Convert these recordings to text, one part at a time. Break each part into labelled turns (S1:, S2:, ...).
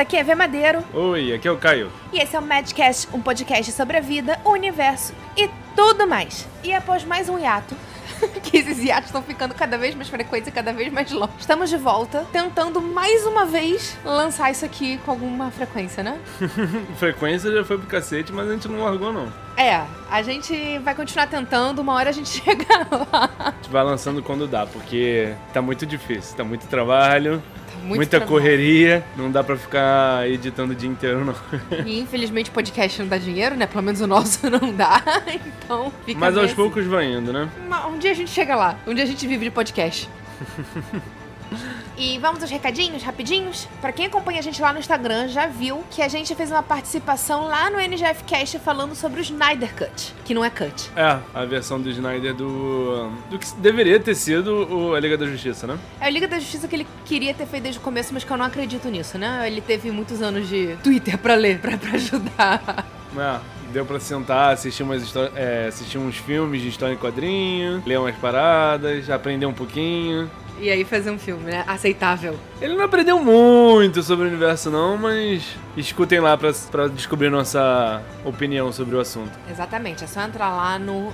S1: aqui é V Madeiro.
S2: Oi, aqui é o Caio.
S1: E esse é o Madcast, um podcast sobre a vida, o universo e tudo mais. E após mais um hiato, que esses hiatos estão ficando cada vez mais frequentes e cada vez mais longos, estamos de volta, tentando mais uma vez lançar isso aqui com alguma frequência, né?
S2: Frequência já foi pro cacete, mas a gente não largou, não. A
S1: É, a gente vai continuar tentando, uma hora a gente chega lá.
S2: gente vai lançando quando dá, porque tá muito difícil, tá muito trabalho,
S1: Tá
S2: muita
S1: trabalho.
S2: correria, não dá pra ficar editando o dia inteiro, não.
S1: E infelizmente podcast não dá dinheiro, né? Pelo menos o nosso não dá. Então fica
S2: mas aos
S1: meio
S2: poucos vai indo, né?
S1: Uma- Um dia a gente chega lá. Um dia a gente vive de podcast. E vamos aos recadinhos rapidinhos? Pra quem acompanha a gente lá no Instagram já viu que a gente fez uma participação lá no NGF Cast falando sobre o Snyder Cut, que não é cut.
S2: É, a versão do Snyder do. do que deveria ter sido o- a Liga da Justiça, né?
S1: É o Liga da Justiça que ele queria ter feito desde o começo, mas que eu não acredito nisso, né? Ele teve muitos anos de Twitter pra ler, pra, pra ajudar.
S2: É, deu pra sentar, assistir, umas histó- é, assistir uns filmes de história em quadrinho, ler umas paradas, aprender um pouquinho.
S1: E aí fazer um filme, né? Aceitável.
S2: Ele não aprendeu muito sobre o universo, não, mas escutem lá pra, pra descobrir nossa opinião sobre o assunto.
S1: Exatamente, é só entrar lá no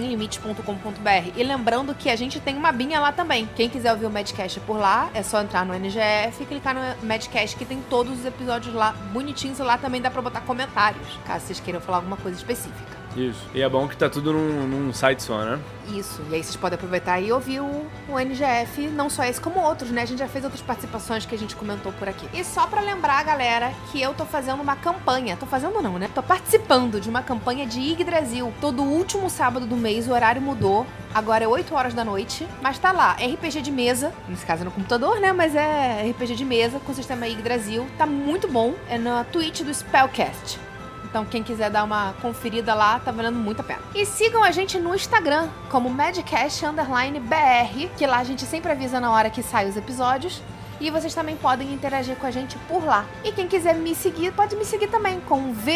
S1: ngfsemlimite.com.br. E lembrando que a gente tem uma binha lá também. Quem quiser ouvir o Madcast por lá, é só entrar no NGF e clicar no Madcast, que tem todos os episódios lá bonitinhos. E lá também dá pra botar comentários, caso vocês queiram falar alguma coisa específica.
S2: Isso. E é bom que tá tudo num, num site só, né?
S1: Isso, e aí vocês podem aproveitar e ouvir o, o NGF, não só esse como outros, né? A gente já fez outras participações que a gente comentou por aqui. E só pra lembrar, galera, que eu tô fazendo uma campanha. Tô fazendo não, né? Tô participando de uma campanha de Yggdrasil. Todo último sábado do mês o horário mudou. Agora é 8 horas da noite, mas tá lá, RPG de mesa, nesse caso é no computador, né? Mas é RPG de mesa com o sistema Yggdrasil. Tá muito bom, é na Twitch do Spellcast. Então, quem quiser dar uma conferida lá, tá valendo muito a pena. E sigam a gente no Instagram, como madcast_br, que lá a gente sempre avisa na hora que saem os episódios. E vocês também podem interagir com a gente por lá. E quem quiser me seguir, pode me seguir também com VVE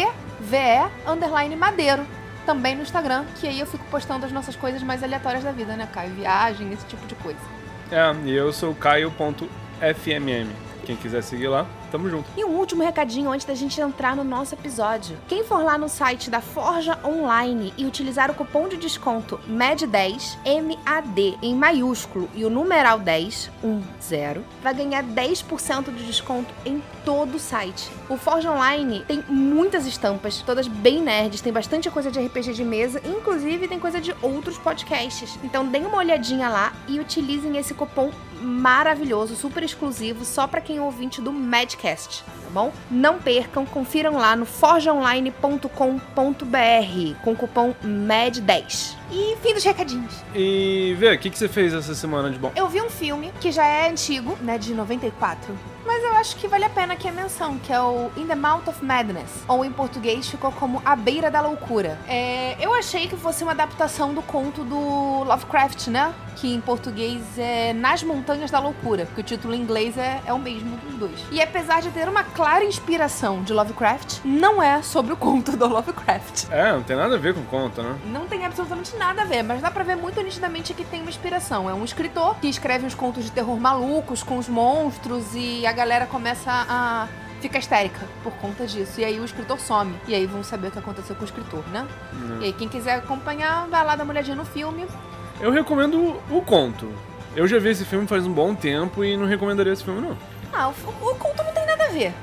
S1: underline madeiro. Também no Instagram, que aí eu fico postando as nossas coisas mais aleatórias da vida, né, Caio? Viagem, esse tipo de coisa.
S2: É, e eu sou o Caio.fmm. Quem quiser seguir lá, tamo junto.
S1: E um último recadinho antes da gente entrar no nosso episódio. Quem for lá no site da Forja Online e utilizar o cupom de desconto MED10, MAD em maiúsculo e o numeral 10, 10, vai ganhar 10% de desconto em todo o site. O Forja Online tem muitas estampas, todas bem nerds, tem bastante coisa de RPG de mesa, inclusive tem coisa de outros podcasts. Então deem uma olhadinha lá e utilizem esse cupom maravilhoso, super exclusivo, só pra quem é ouvinte do Madcast, tá bom? Não percam, confiram lá no forjaonline.com.br com o cupom MAD10. E fim dos recadinhos.
S2: E vê, o que, que você fez essa semana de bom?
S1: Eu vi um filme que já é antigo, né, de 94, mas eu acho que vale a pena aqui a menção, que é o In the Mouth of Madness, ou em português ficou como A Beira da Loucura. É, eu achei que fosse uma adaptação do conto do Lovecraft, né? Que em português é Nas Montanhas da Loucura, porque o título em inglês é, é o mesmo dos dois. E apesar de ter uma clara inspiração de Lovecraft, não é sobre o conto do Lovecraft.
S2: É, não tem nada a ver com conta, né?
S1: Não tem absolutamente nada a ver, mas dá pra ver muito nitidamente que tem uma inspiração. É um escritor que escreve uns contos de terror malucos com os monstros e a galera começa a ficar histérica por conta disso. E aí o escritor some. E aí vão saber o que aconteceu com o escritor, né?
S2: Não.
S1: E aí quem quiser acompanhar, vai lá dar uma olhadinha no filme. É.
S2: Eu recomendo o, o conto. Eu já vi esse filme faz um bom tempo e não recomendaria esse filme, não.
S1: Ah, o, o conto não tem nada a ver.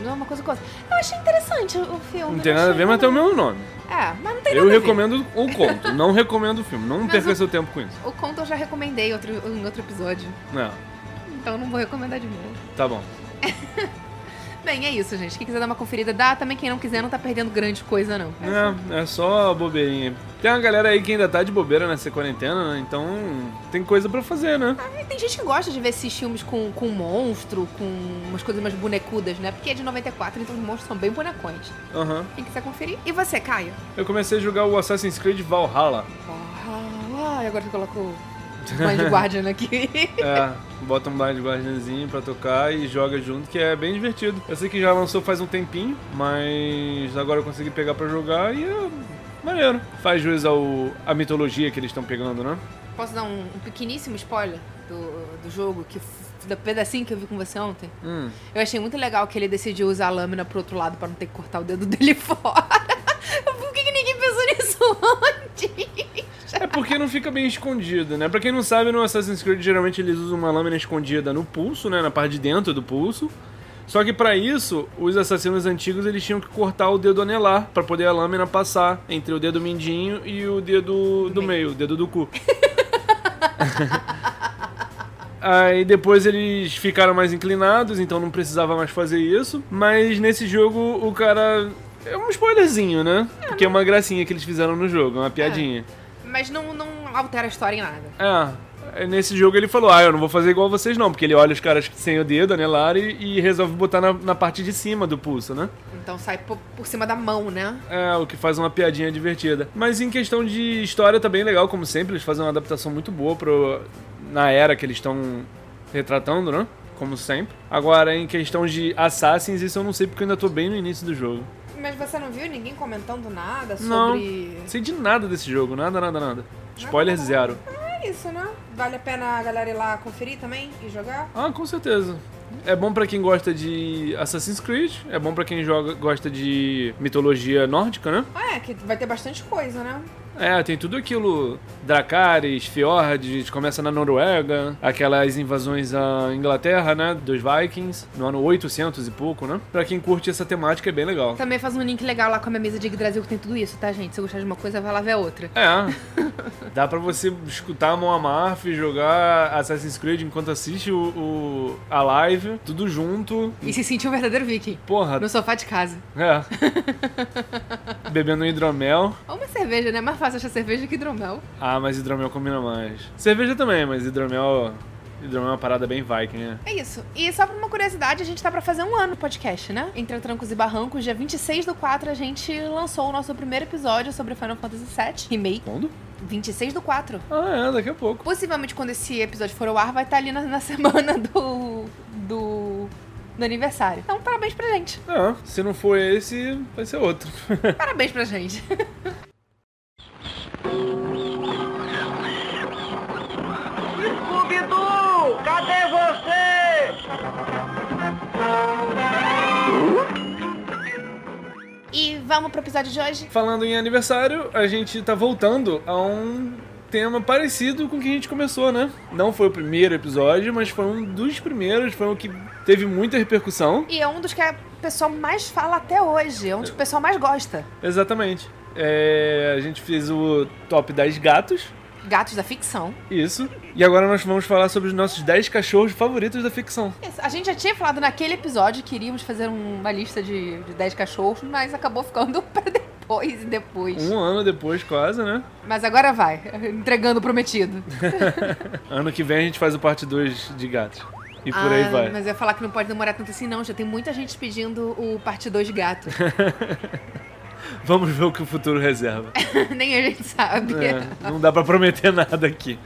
S1: Não é uma coisa com outra. Eu achei interessante o filme.
S2: Não tem nada a ver, mas tem o mesmo nome.
S1: É, mas não tem
S2: Eu
S1: nada a ver.
S2: recomendo o conto, não recomendo o filme. Não
S1: Mas
S2: perca
S1: o-
S2: seu tempo com isso.
S1: O conto eu já recomendei outro, em outro episódio.
S2: Não,
S1: Então não vou recomendar de novo.
S2: tá bom.
S1: Bem, é isso, gente. Quem quiser dar uma conferida, dá. Também quem não quiser, não tá perdendo grande coisa, não.
S2: É, é só bobeirinha. Tem uma galera aí que ainda tá de bobeira nessa quarentena, né? Então tem coisa pra fazer, né?
S1: E tem gente que gosta de ver esses filmes com, com monstro, com umas coisas mais bonecudas, né? Porque é de 94, então os monstros são bem bonecões.
S2: Aham.
S1: Quem quiser conferir. E você, Caio?
S2: Eu comecei a jogar o Assassin's Creed Valhalla.
S1: Ah, agora tu colocou o Mind Guardian aqui.
S2: É, bota um blind guardianzinho pra tocar e joga junto, que é bem divertido. Eu sei que já lançou faz um tempinho, mas agora eu consegui pegar pra jogar e é maneiro. Faz jus ao, à mitologia que eles estão pegando, né?
S1: Posso dar um, um pequeníssimo spoiler do, do jogo que f- do pedacinho que eu vi com você ontem.
S2: Hum.
S1: Eu achei muito legal que ele decidiu usar a lâmina pro outro lado pra não ter que cortar o dedo dele fora. Por que, que ninguém pensou nisso antes?
S2: É porque não fica bem escondido, né? Pra quem não sabe, no Assassin's Creed geralmente eles usam uma lâmina escondida no pulso, né? Na parte de dentro do pulso. Só que pra isso, os assassinos antigos eles tinham que cortar o dedo anelar pra poder a lâmina passar entre o dedo mindinho e o dedo do meio, o dedo do cu. Aí depois eles ficaram mais inclinados, então não precisava mais fazer isso. Mas nesse jogo o cara. É um spoilerzinho, né? Porque é uma gracinha que eles fizeram no jogo, é uma piadinha.
S1: Mas não, não altera a história em nada.
S2: É, nesse jogo ele falou, ah, eu não vou fazer igual vocês não, porque ele olha os caras sem o dedo, anelar e, e resolve botar na, na parte de cima do pulso, né?
S1: Então sai por, por cima da mão, né?
S2: É, o que faz uma piadinha divertida. Mas em questão de história tá bem legal, como sempre, eles fazem uma adaptação muito boa pro, na era que eles estão retratando, né? Como sempre. Agora, em questão de Assassins, isso eu não sei porque eu ainda tô bem no início do jogo.
S1: Mas você não viu ninguém comentando nada
S2: Não.
S1: sobre.
S2: Sei de nada desse jogo, nada, nada, nada. Spoiler
S1: nada.
S2: zero.
S1: É isso, né? Vale a pena a galera ir lá conferir também e jogar?
S2: Ah, com certeza. É bom pra quem gosta de Assassin's Creed, é bom pra quem joga, gosta de mitologia nórdica, né?
S1: Ah, é, que vai ter bastante coisa, né?
S2: É, tem tudo aquilo, Dracarys, Fiords, começa na Noruega, aquelas invasões à Inglaterra, né, dos Vikings, no ano 800 e pouco, né? Pra quem curte essa temática é bem legal.
S1: Também faz um link legal lá com a minha mesa de Brasil que tem tudo isso, tá, gente? Se eu gostar de uma coisa, vai lá ver a outra.
S2: É, dá pra você escutar a Mon Amarth, jogar Assassin's Creed enquanto assiste o, o- a live, tudo junto.
S1: E se sentir um verdadeiro viking.
S2: Porra,
S1: No sofá de casa.
S2: é. Bebendo um hidromel.
S1: Ou uma cerveja, né? Mais fácil achar cerveja que hidromel.
S2: Ah, mas hidromel combina mais. Cerveja também, mas hidromel. Hidromel é uma parada bem Viking, né?
S1: É isso. E só por uma curiosidade, a gente tá pra fazer um ano o podcast, né? Entre Trancos e Barrancos, dia 26 do 4, a gente lançou o nosso primeiro episódio sobre Final Fantasy VII Remake.
S2: Quando?
S1: 26 do 4.
S2: Ah, é, daqui a pouco.
S1: Possivelmente quando esse episódio for ao ar, vai estar ali na, na semana do, do. do aniversário. Então, parabéns pra gente.
S2: Ah, se não for esse, vai ser outro.
S1: Parabéns pra gente.
S3: Scooby-Doo, cadê você?
S1: E vamos pro episódio de hoje?
S2: Falando em aniversário, a gente tá voltando a um tema parecido com o que a gente começou, né? Não foi o primeiro episódio, mas foi um dos primeiros, foi o que teve muita repercussão.
S1: E é um dos que a pessoa mais fala até hoje. É um dos que o pessoal mais gosta.
S2: Exatamente. É, a gente fez o top 10 gatos,
S1: Gatos da ficção.
S2: isso. E agora nós vamos falar sobre os nossos 10 cachorros favoritos da ficção.
S1: A gente já tinha falado naquele episódio que iríamos fazer um, uma lista de, de 10 cachorros, mas acabou ficando pra depois e depois.
S2: Um ano depois, quase, né?
S1: Mas agora vai, entregando o prometido.
S2: Ano que vem a gente faz o parte 2 de gatos. E por aí
S1: Ah,
S2: vai.
S1: Mas eu ia falar que não pode demorar tanto assim, não. Já tem muita gente pedindo o parte 2 de gato.
S2: Vamos ver o que o futuro reserva.
S1: É, Nem a gente sabe. É,
S2: É, não dá pra prometer nada aqui.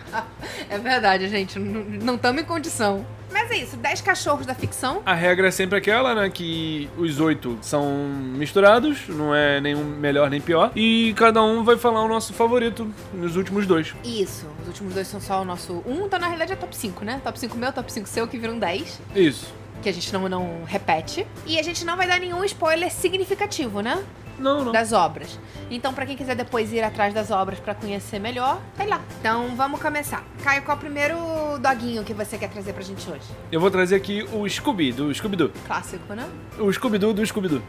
S1: verdade, gente. N- Não estamos em condição. Mas é isso, 10 cachorros da ficção.
S2: A regra é sempre aquela, né? Que os oito são misturados, não é nenhum melhor nem pior. E cada um vai falar o nosso favorito nos últimos dois.
S1: Isso. Os últimos dois são só o nosso. Um, então na realidade é top 5, né? Top 5 meu, top 5 seu, que viram 10.
S2: Isso.
S1: Que a gente não, não repete. E a gente não vai dar nenhum spoiler significativo, né?
S2: Não, não.
S1: das obras. Então, pra quem quiser depois ir atrás das obras pra conhecer melhor, vai lá. Então, vamos começar. Caio, qual é o primeiro doguinho que você quer trazer pra gente hoje?
S2: Eu vou trazer aqui o Scooby do Scooby-Doo.
S1: Clássico, né?
S2: O Scooby-Doo do Scooby-Doo.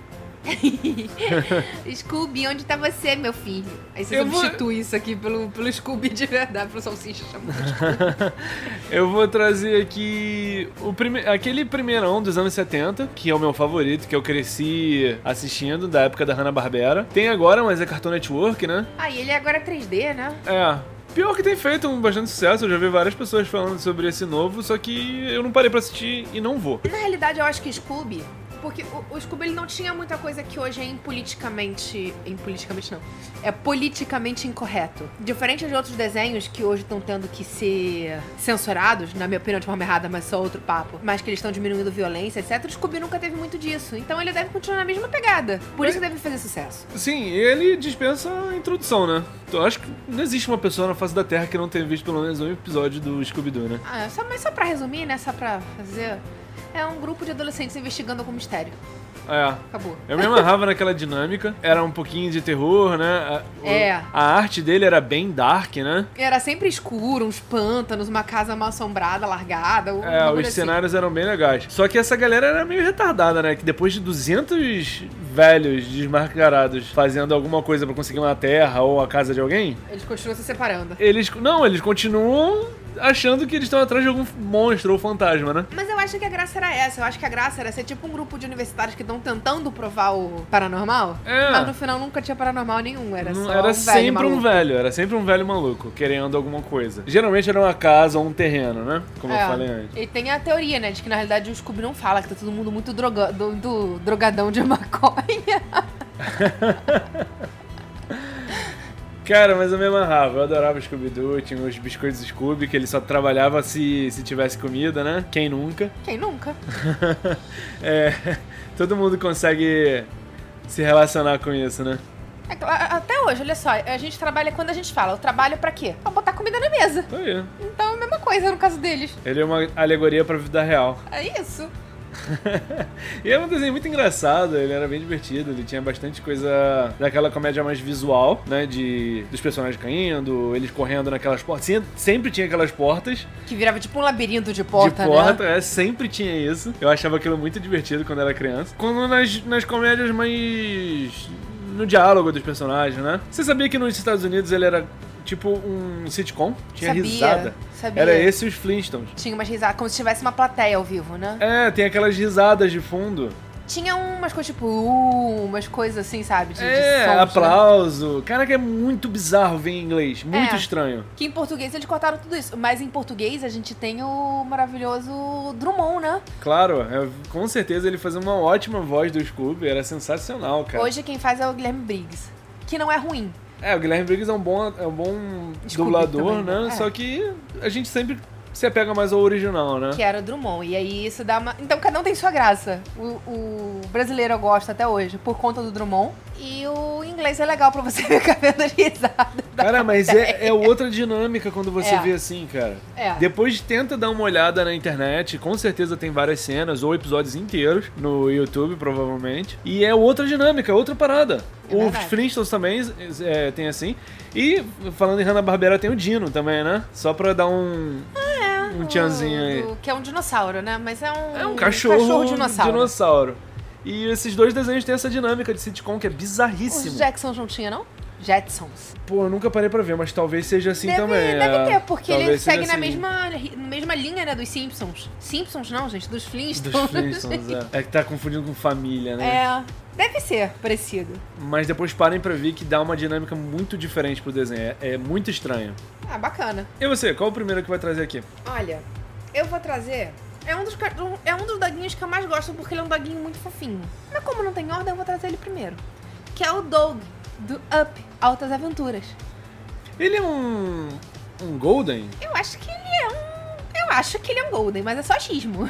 S1: Scooby, onde tá você, meu filho? Aí você
S2: Eu vou-
S1: substitui isso aqui pelo, pelo Scooby de verdade, pelo salsicha chamado.
S2: Eu vou trazer aqui o prime... aquele primeirão dos anos 70, que é o meu favorito, que eu cresci assistindo, da época da Hanna-Barbera. Tem agora, mas é Cartoon Network, né?
S1: Ah, e ele agora é 3D, né?
S2: É. Pior que tem feito um bastante sucesso, eu já vi várias pessoas falando sobre esse novo, só que eu não parei pra assistir e não vou.
S1: Na realidade, eu acho que Scooby, Porque o, o Scooby ele não tinha muita coisa que hoje é impoliticamente. Impoliticamente não. É politicamente incorreto. Diferente de outros desenhos que hoje estão tendo que ser censurados, na minha opinião, de forma errada, mas só outro papo. Mas que eles estão diminuindo violência, etc. O Scooby nunca teve muito disso. Então ele deve continuar na mesma pegada. Por isso que deve fazer sucesso.
S2: Sim, ele dispensa a introdução, né? Eu acho que não existe uma pessoa na face da Terra que não tenha visto pelo menos um episódio do Scooby-Doo, né?
S1: Ah, só, mas só pra resumir, né? Só pra fazer. É um grupo de adolescentes investigando algum mistério.
S2: É.
S1: Acabou.
S2: Eu me amarrava naquela dinâmica. Era um pouquinho de terror, né? A, o-
S1: É.
S2: a arte dele era bem dark, né?
S1: Era sempre escuro, uns pântanos, uma casa mal assombrada, largada. um
S2: É,
S1: bagulho
S2: os
S1: assim.
S2: cenários eram bem legais. Só que essa galera era meio retardada, né? Que depois de 200 velhos desmascarados fazendo alguma coisa pra conseguir uma terra ou a casa de alguém,
S1: Eles continuam se separando.
S2: eles. Não, eles continuam achando que eles estão atrás de algum monstro ou fantasma, né?
S1: Mas eu acho que a graça era essa. Eu acho que a graça era ser tipo um grupo de universitários que estão tentando provar o paranormal.
S2: É.
S1: Mas no final nunca tinha paranormal nenhum. Era
S2: Não-
S1: só
S2: era
S1: um velho
S2: sempre
S1: maluco.
S2: um velho, era sempre um velho maluco querendo alguma coisa. Geralmente era uma casa ou um terreno, né? Como eu
S1: É.
S2: falei antes.
S1: E tem a teoria, né? De que na realidade o Scooby não fala, que tá todo mundo muito droga- do- do- drogadão de maconha.
S2: Cara, mas eu me amarrava, eu adorava Scooby-Doo, tinha os biscoitos Scooby, que ele só trabalhava se, se tivesse comida, né? Quem nunca?
S1: Quem nunca?
S2: É, todo mundo consegue se relacionar com isso, né?
S1: É cla- até hoje, olha só, a gente trabalha quando a gente fala, eu trabalho é pra quê? Pra botar comida na mesa.
S2: Tá aí.
S1: Então é a mesma coisa no caso deles.
S2: Ele é uma alegoria pra vida real.
S1: É isso.
S2: e era um desenho muito engraçado, ele era bem divertido, ele tinha bastante coisa daquela comédia mais visual, né? De dos personagens caindo, eles correndo naquelas portas. Sim, sempre tinha aquelas portas
S1: Que virava tipo um labirinto de porta,
S2: de
S1: né?
S2: porta, é, sempre tinha isso. Eu achava aquilo muito divertido quando era criança. Quando nas, nas comédias mais. no diálogo dos personagens, né? Você sabia que nos Estados Unidos ele era tipo um sitcom? Tinha
S1: Sabia,
S2: risada.
S1: sabia.
S2: Era esse e os Flintstones.
S1: Tinha umas risadas, como se tivesse uma plateia ao vivo, né?
S2: É, tem aquelas risadas de fundo.
S1: Tinha umas coisas tipo, uh, umas coisas assim, sabe? De, de
S2: É,
S1: sons, né?
S2: aplauso. Caraca, é muito bizarro ver em inglês. Muito
S1: É.
S2: estranho.
S1: Que em português eles cortaram tudo isso. Mas em português a gente tem o maravilhoso Drummond, né?
S2: Claro, é- com certeza ele fazia uma ótima voz do Scooby. Era sensacional, cara.
S1: Hoje quem faz é o Guilherme Briggs. Que não é ruim.
S2: É, o Guilherme Briggs é um bom, é um bom
S1: Scooby
S2: dublador,
S1: também, né?
S2: né?
S1: É.
S2: Só que a gente sempre se apega mais ao original, né?
S1: Que era o Drummond. E aí isso dá uma. Então cada um tem sua graça. O, o brasileiro gosta até hoje por conta do Drummond. E o inglês é legal pra você ficar vendo as risadas. da
S2: Cara, mas
S1: plateia.
S2: é, é outra dinâmica quando você
S1: É.
S2: vê assim, cara.
S1: É.
S2: Depois tenta dar uma olhada na internet, com certeza tem várias cenas ou episódios inteiros no YouTube, provavelmente. E é outra dinâmica, é outra parada.
S1: É
S2: Os
S1: verdade.
S2: Flintstones também é, tem assim. E falando em Hanna-Barbera, tem o Dino também, né? Só pra dar um, um tchanzinho aí.
S1: Ah, é. Do- Que é um dinossauro, né? Mas é um.
S2: É um cachorro,
S1: dinossauro.
S2: dinossauro. E esses dois desenhos têm essa dinâmica de sitcom que é bizarríssimo.
S1: Os Jacksons não tinha, não? Jetsons.
S2: Pô, eu nunca parei pra ver, mas talvez seja assim
S1: deve,
S2: também.
S1: deve
S2: é.
S1: ter, porque ele
S2: Talvez seja
S1: segue na
S2: assim.
S1: mesma, ri- mesma linha, né, dos Simpsons. Simpsons não, gente, dos Flintstones.
S2: Dos Flintstones, é. É que tá confundindo com família, né?
S1: É, deve ser parecido.
S2: Mas depois parem pra ver que dá uma dinâmica muito diferente pro desenho. É, é muito estranho.
S1: Ah, bacana.
S2: E você, qual o primeiro que vai trazer aqui?
S1: Olha, eu vou trazer... É um, dos, ca- um- é um dos doguinhos que eu mais gosto, porque ele é um doguinho muito fofinho. Mas como não tem ordem, eu vou trazer ele primeiro. Que é o Doug, do Up, Altas Aventuras.
S2: Ele é um. um Golden?
S1: Eu acho que ele é um... Eu acho que ele é um Golden, mas é só xismo.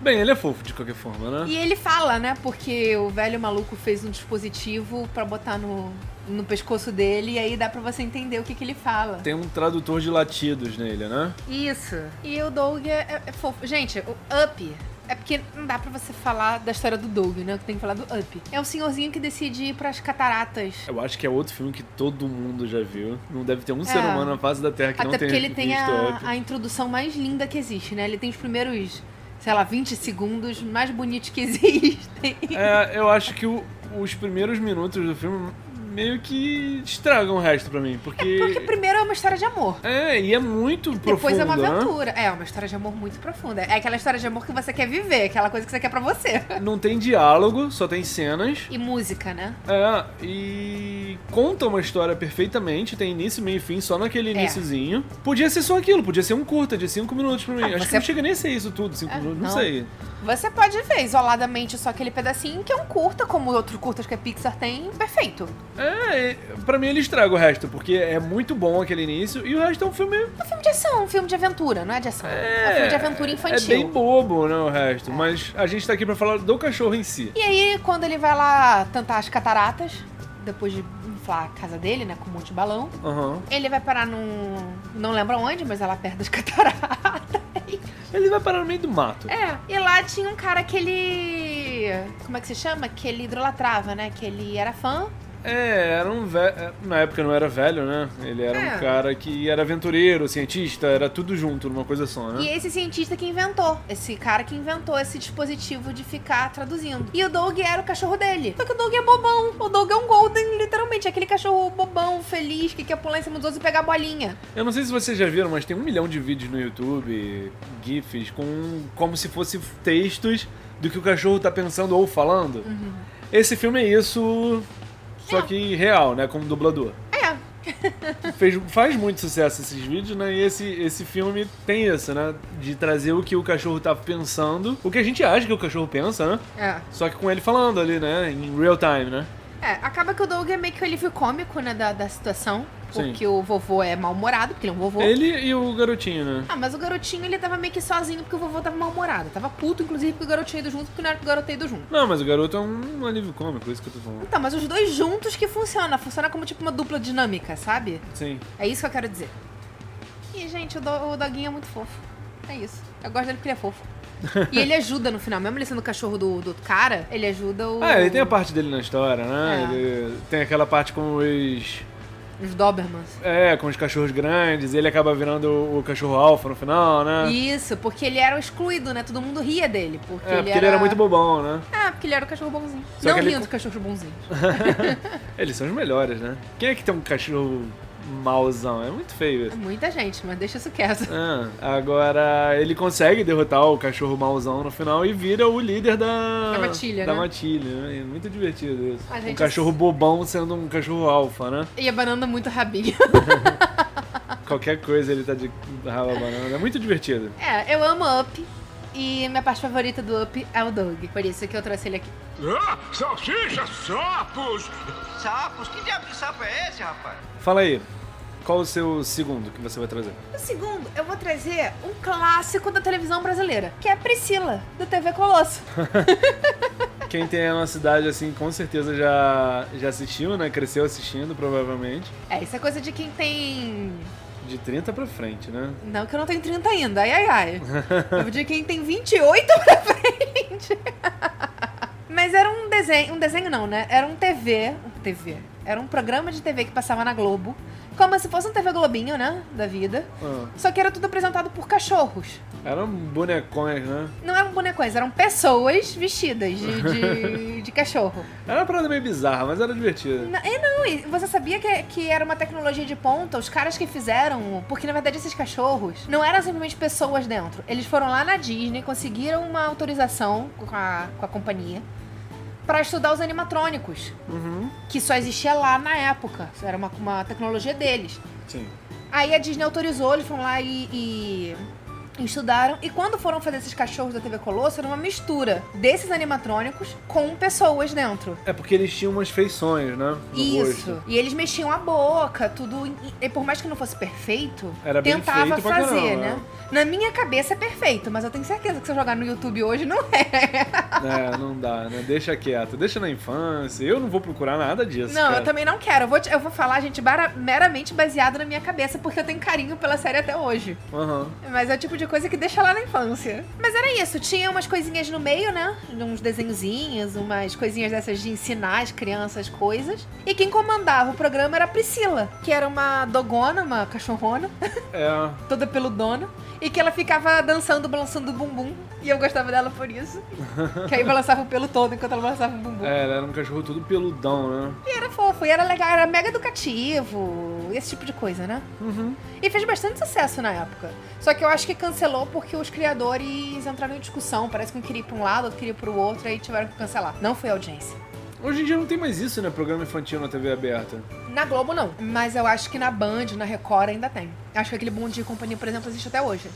S2: Bem, ele é fofo de qualquer forma, né?
S1: E ele fala, né? Porque o velho maluco fez um dispositivo pra botar no, no pescoço dele e aí dá pra você entender o que, que ele fala.
S2: Tem um tradutor de latidos nele, né?
S1: Isso. E o Doug é, é- é fofo. Gente, o Up. É porque não dá pra você falar da história do Doug, né? Tem que falar do Up. É um senhorzinho que decide ir pras cataratas.
S2: Eu acho que é outro filme que todo mundo já viu. Não deve ter um ser
S1: É.
S2: humano na face da Terra que
S1: Até
S2: não tenha
S1: porque ele tem
S2: visto
S1: a,
S2: Up.
S1: a introdução mais linda que existe, né? Ele tem os primeiros, sei lá, 20 segundos mais bonitos que existem.
S2: É, eu acho que o- os primeiros minutos do filme meio que estragam o resto pra mim, porque...
S1: Porque primeiro é uma história de amor.
S2: É, e é muito
S1: Depois
S2: profundo,
S1: é uma
S2: né?
S1: aventura. É, uma história de amor muito profunda. É aquela história de amor que você quer viver, aquela coisa que você quer pra você.
S2: Não tem diálogo, só tem cenas.
S1: E música, né?
S2: É, e... que conta uma história perfeitamente, tem início, meio e fim, só naquele
S1: É.
S2: iniciozinho. Podia ser só aquilo, podia ser um curta de 5 minutos pra mim.
S1: Ah,
S2: Acho que
S1: você-
S2: não chega nem a ser isso tudo, 5
S1: Ah,
S2: minutos, não,
S1: não.
S2: sei.
S1: Você pode ver isoladamente só aquele pedacinho, que é um curta, como outros curtas que a Pixar tem, perfeito.
S2: É, é, pra mim ele estraga o resto, porque é muito bom aquele início e o resto é um filme.
S1: É um filme de ação, um filme de aventura, não é de ação. É, um filme de aventura
S2: É
S1: infantil.
S2: bem bobo, né, o resto. Mas a gente tá aqui pra falar do cachorro em si.
S1: E aí, quando ele vai lá tentar as cataratas, depois de inflar a casa dele, né, com um monte de balão,
S2: Aham.
S1: ele vai parar num... não lembro onde, mas é lá perto das cataratas.
S2: Ele vai parar no meio do mato.
S1: É, e lá tinha um cara que ele... como é que se chama? Que ele idolatrava, né, que ele era fã.
S2: É, era um velho. Na época não era velho, né? Ele era
S1: É.
S2: um cara que era aventureiro, cientista, era tudo junto numa coisa só,
S1: E
S2: né?
S1: esse cientista que inventou, esse cara que inventou esse dispositivo de ficar traduzindo. E o Doug era o cachorro dele. Só que o Doug é bobão. O Doug é um Golden, literalmente. É aquele cachorro bobão, feliz, que quer pular em cima dos outros e pegar a bolinha.
S2: Eu não sei se vocês já viram, mas tem um milhão de vídeos no YouTube, GIFs, com como se fosse textos do que o cachorro tá pensando ou falando. Esse filme é isso, só
S1: É.
S2: que real, né? Como dublador.
S1: É,
S2: Fez, faz muito sucesso esses vídeos, né? E esse, esse filme tem isso, né? De trazer o que o cachorro tá pensando, o que a gente acha que o cachorro pensa, né?
S1: é.
S2: Só que com ele falando ali, né? Em real time, né?
S1: É, acaba que o Doug é meio que o alívio cômico, né, da, da situação.
S2: Sim.
S1: Porque o vovô é mal-humorado, porque ele é um vovô.
S2: Ele e o garotinho, né?
S1: Ah, mas o garotinho ele tava meio que sozinho porque o vovô tava mal-humorado. Tava puto, inclusive, porque o garotinho ido junto, porque não era pro garoto ido junto.
S2: Não, mas o garoto é um alívio cômico, é isso que eu tô falando.
S1: Então, mas os dois juntos que funciona. Funciona como tipo uma dupla dinâmica, sabe?
S2: Sim.
S1: É isso que eu quero dizer. E, gente, o, do, o Doguinho é muito fofo. É isso. Eu gosto dele porque ele é fofo. e ele ajuda no final. Mesmo ele sendo o cachorro do, do outro cara, ele ajuda o,
S2: Ah, ele tem a parte dele na história, né?
S1: Uhum. É.
S2: Ele tem aquela parte com os.
S1: os Dobermans.
S2: É, com os cachorros grandes, e ele acaba virando o cachorro alfa no final, né?
S1: Isso, porque ele era o excluído, né? Todo mundo ria dele. Porque,
S2: É, porque ele era muito bobão, né?
S1: Ah, porque ele era o cachorro bonzinho.
S2: Só
S1: Não
S2: que ele-
S1: riam dos cachorros bonzinhos.
S2: Eles são os melhores, né? Quem é que tem um cachorro mauzão? É muito feio
S1: É
S2: isso.
S1: Muita gente, mas deixa isso quieto.
S2: Ah, agora ele consegue derrotar o cachorro mauzão no final e vira o líder da.
S1: Da matilha,
S2: da
S1: né?
S2: matilha, né? É muito divertido isso.
S1: A
S2: Um
S1: gente-
S2: cachorro bobão sendo um cachorro alfa, né?
S1: E abanando muito o rabinho.
S2: Qualquer coisa ele tá de rala banana. É muito divertido.
S1: É, eu amo Up. E minha parte favorita do Up é o Doug. Por isso que eu trouxe ele aqui.
S4: Ah, salsicha, sapos!
S3: Sapos? Que diabo de sapo é esse, rapaz?
S2: Fala aí, qual o seu segundo que você vai trazer?
S1: No segundo, eu vou trazer um clássico da televisão brasileira, que é Priscila, do TV Colosso.
S2: Quem tem a nossa idade, assim, com certeza já, já assistiu, né? Cresceu assistindo, provavelmente.
S1: É, isso é coisa de quem tem.
S2: De 30 pra frente, né?
S1: Não, que eu não tenho 30 ainda, ai ai ai. Eu vou dizer quem tem 28 pra frente. Mas era um desenho, um desenho não, né? Era um TV, um TV. Era um programa de TV que passava na Globo, como se fosse um TV Globinho, né, da vida.
S2: Ah,
S1: Só que era tudo apresentado por cachorros.
S2: eram bonecões, um né?
S1: Não eram bonecões, eram pessoas vestidas de- de, de cachorro.
S2: Era uma parada meio bizarra, mas era divertida.
S1: Na- E não, e você sabia que, que era uma tecnologia de ponta? Os caras que fizeram, porque na verdade esses cachorros não eram simplesmente pessoas dentro. Eles foram lá na Disney, conseguiram uma autorização com a, com a companhia pra estudar os animatrônicos,
S2: Uhum.
S1: que só existia lá na época. Era uma, uma tecnologia deles.
S2: Sim.
S1: Aí a Disney autorizou, eles foram lá e. e- e Estudaram, e quando foram fazer esses cachorros da TV Colosso, era uma mistura desses animatrônicos com pessoas dentro.
S2: É porque eles tinham umas feições, né? No
S1: Isso.
S2: rosto.
S1: E eles mexiam a boca, tudo. E- E por mais que não fosse perfeito,
S2: Era bem
S1: tentava
S2: feito pra
S1: fazer,
S2: caramba,
S1: né? Na
S2: né?
S1: minha cabeça é perfeito, mas eu tenho certeza que se eu jogar no YouTube hoje não é.
S2: É, não dá, né? Deixa quieto. Deixa na infância. Eu não vou procurar nada disso.
S1: não,
S2: cara.
S1: eu também não quero. Eu vou, te- eu vou falar, gente, bara- meramente baseado na minha cabeça, porque eu tenho carinho pela série até hoje.
S2: Aham.
S1: Mas é o tipo de coisa que deixa lá na infância. Mas era isso, tinha umas coisinhas no meio, né? Uns desenhozinhos, umas coisinhas dessas de ensinar as crianças coisas. E quem comandava o programa era a Priscila, que era uma dogona, uma cachorrona.
S2: É.
S1: toda peludona, e que ela ficava dançando, balançando o bumbum, e eu gostava dela por isso. que aí balançava o pelo todo enquanto ela balançava o bumbum.
S2: É, ela era um cachorro todo peludão, né?
S1: E era fofo, e era legal, era mega educativo, esse tipo de coisa, né?
S2: Uhum.
S1: E fez bastante sucesso na época. Só que eu acho que cancelou porque os criadores entraram em discussão, parece que um queria ir pra um lado, outro queria ir pro outro, aí tiveram que cancelar. Não foi audiência.
S2: Hoje em dia não tem mais isso, né? Programa infantil na TV aberta.
S1: Na Globo, não. Mas eu acho que na Band, na Record, ainda tem. Acho que aquele Bom Dia e Companhia, por exemplo, existe até hoje.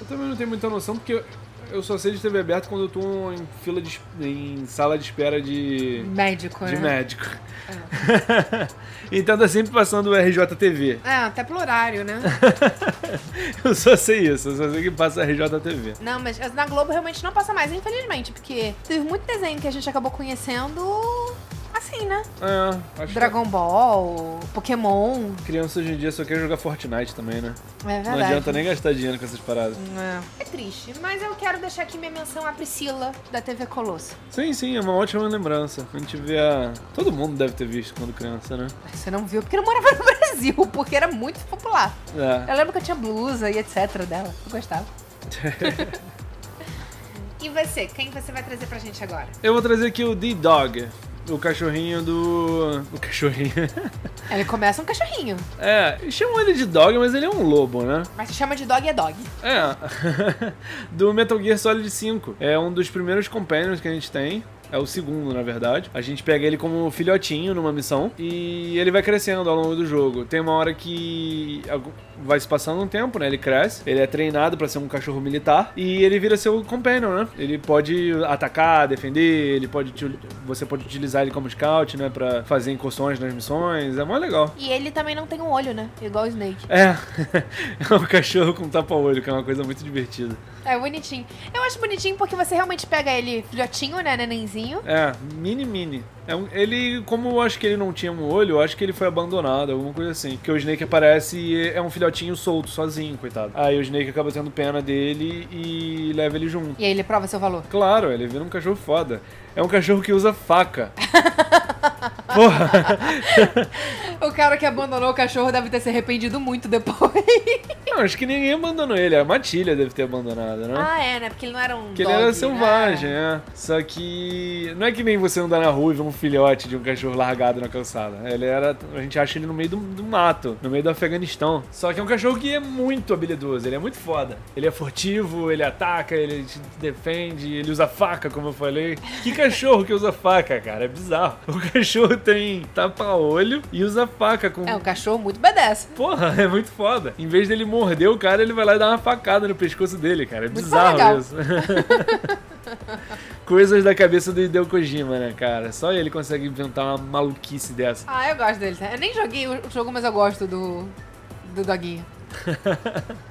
S2: Eu também não tenho muita noção, porque eu só sei de TV aberta quando eu tô em fila de. em sala de espera de.
S1: Médico,
S2: de
S1: né?
S2: médico. então tá sempre passando o RJTV.
S1: É, até pelo horário, né?
S2: Eu só sei isso, eu só sei que passa RJTV.
S1: não, mas na Globo realmente não passa mais, infelizmente. Porque teve muito desenho que a gente acabou conhecendo assim, né?
S2: É, acho
S1: Dragon Ball, Pokémon.
S2: que criança hoje em dia só quer jogar Fortnite também, né?
S1: É verdade.
S2: Não adianta nem gastar dinheiro com essas paradas.
S1: É. É triste, mas eu quero deixar aqui minha menção à Priscila, da TV Colosso.
S2: Sim, sim, é uma ótima lembrança. A gente vê a. Todo mundo deve ter visto quando criança, né?
S1: Você não viu porque não morava no Brasil, porque era muito popular.
S2: É.
S1: Eu lembro que eu tinha blusa e etc dela. Eu gostava. e você? Quem você vai trazer pra gente agora?
S2: Eu vou trazer aqui o D-Dog, o cachorrinho do. O cachorrinho.
S1: Ele começa um cachorrinho,
S2: é, chamam ele de dog, mas ele é um lobo, né?
S1: mas se chama de dog é dog.
S2: É. do Metal Gear Solid 5. É um dos primeiros companions que a gente tem. É o segundo, na verdade. A gente pega ele como filhotinho numa missão e ele vai crescendo ao longo do jogo. Tem uma hora que algu- vai se passando um tempo, né? Ele cresce, ele é treinado pra ser um cachorro militar e ele vira seu companion, né? Ele pode atacar, defender, ele pode te- você pode utilizar ele como scout, né, Pra fazer incursões nas missões. É mó legal.
S1: E ele também não tem um olho, né? Igual o Snake.
S2: É, é um cachorro com tapa-olho, que é uma coisa muito divertida.
S1: É bonitinho. Eu acho bonitinho porque você realmente pega ele filhotinho, né, nenenzinho.
S2: É, mini mini. É um- ele, como eu acho que ele não tinha um olho, eu acho que ele foi abandonado, alguma coisa assim. Que o Snake aparece e é um filhotinho solto, sozinho, coitado. Aí o Snake acaba tendo pena dele e leva ele junto.
S1: E aí ele prova seu valor.
S2: Claro, ele vira um cachorro foda. É um cachorro que usa faca. Porra!
S1: O cara que abandonou o cachorro deve ter se arrependido muito depois.
S2: Não, acho que ninguém abandonou ele. A Matilha deve ter abandonado, né?
S1: Ah, é, né? Porque ele não era um
S2: Porque ele
S1: dog,
S2: era
S1: né?
S2: selvagem, é. Só que. Não é que nem você andar na rua e ver um filhote de um cachorro largado na calçada. Ele era. A gente acha ele no meio do, do mato, no meio do Afeganistão. Só que é um cachorro que é muito habilidoso, ele é muito foda. Ele é furtivo, ele ataca, ele te defende, ele usa faca, como eu falei. Que cachorro que usa faca, cara? É bizarro. O cachorro tem tapa-olho e usa faca com.
S1: É um cachorro muito badass.
S2: Porra, é muito foda. Em vez dele morder o cara, ele vai lá e dá uma facada no pescoço dele, cara. É
S1: Muito
S2: bizarro
S1: legal.
S2: isso. Coisas da cabeça do Hideo Kojima, né, cara? Só ele consegue inventar uma maluquice dessa.
S1: Ah, eu gosto dele. tá? Eu nem joguei o jogo, mas eu gosto do. do doguinho.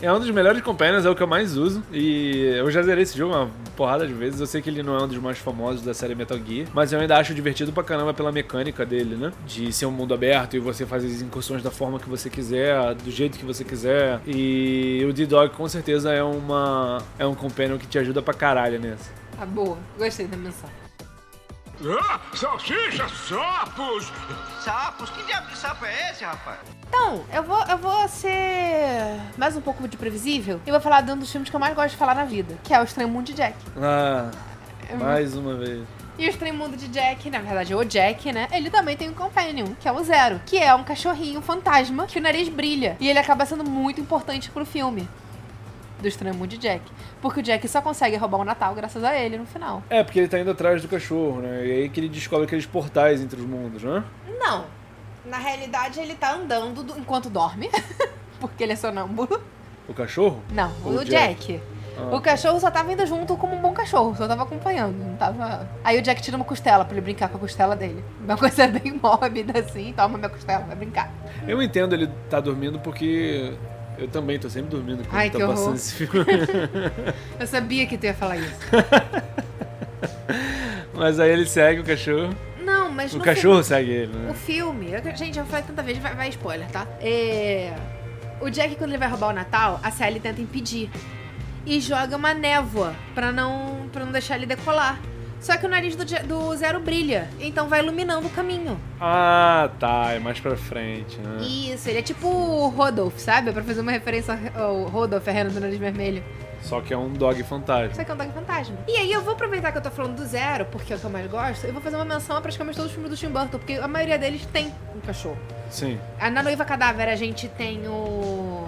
S2: É um dos melhores companions, é o que eu mais uso. E eu já zerei esse jogo uma porrada de vezes. Eu sei que ele não é um dos mais famosos da série Metal Gear, mas eu ainda acho divertido pra caramba pela mecânica dele, né? De ser um mundo aberto e você fazer as incursões da forma que você quiser, do jeito que você quiser. E o D-Dog com certeza é uma é um companion que te ajuda pra caralho nessa.
S1: Tá boa. Gostei da menção.
S4: Ah, salsicha, sapos!
S3: Sapos? Que diabo de sapo é esse, rapaz?
S1: Então, eu vou, eu vou ser mais um pouco de previsível e vou falar de um dos filmes que eu mais gosto de falar na vida, que é o Estranho Mundo de Jack.
S2: Ah, mais uma vez.
S1: E o Estranho Mundo de Jack, na verdade, o Jack, né? Ele também tem um companion, que é o Zero, que é um cachorrinho fantasma que o nariz brilha. E ele acaba sendo muito importante pro filme do Estranho Mundo de Jack. Porque o Jack só consegue roubar o Natal graças a ele no final.
S2: É, porque ele tá indo atrás do cachorro, né? E aí que ele descobre aqueles portais entre os mundos, né?
S1: Não. Na realidade, ele tá andando do- enquanto dorme. Porque ele é sonâmbulo.
S2: O cachorro?
S1: Não,
S2: O
S1: o, Jack.
S2: Ah.
S1: O cachorro só tava indo junto como um bom cachorro, só tava acompanhando, não tava. Aí o Jack tira uma costela pra ele brincar com a costela dele. Uma coisa bem mórbida assim, toma minha costela, vai brincar.
S2: Eu entendo ele tá dormindo porque eu também tô sempre dormindo quando
S1: Ai,
S2: tá
S1: que horror.
S2: passando esse filme.
S1: Eu sabia que tu ia falar isso.
S2: Mas aí ele segue o cachorro.
S1: Não, mas
S2: O
S1: no
S2: Um cachorro segue ele,
S1: filme-
S2: né?
S1: o filme. eu- gente, eu falei tanta vez, vai, vai spoiler, tá? É, O Jack, quando ele vai roubar o Natal, a Sally tenta impedir. E joga uma névoa pra não, pra não deixar ele decolar. Só que o nariz do, Ja- do Zero brilha, então vai iluminando o caminho.
S2: Ah, tá. É mais pra frente, né?
S1: Isso, ele é tipo o Rodolfo, sabe? É Pra fazer uma referência ao Rodolfo, a Rena do Nariz Vermelho.
S2: Só que é um dog fantasma.
S1: Só que é um dog fantasma. E aí eu vou aproveitar que eu tô falando do zero, porque é o que eu mais gosto, eu vou fazer uma menção a praticamente todos os filmes do Tim Burton, porque a maioria deles tem um cachorro.
S2: Sim.
S1: Ah, Na Noiva Cadáver a gente tem o...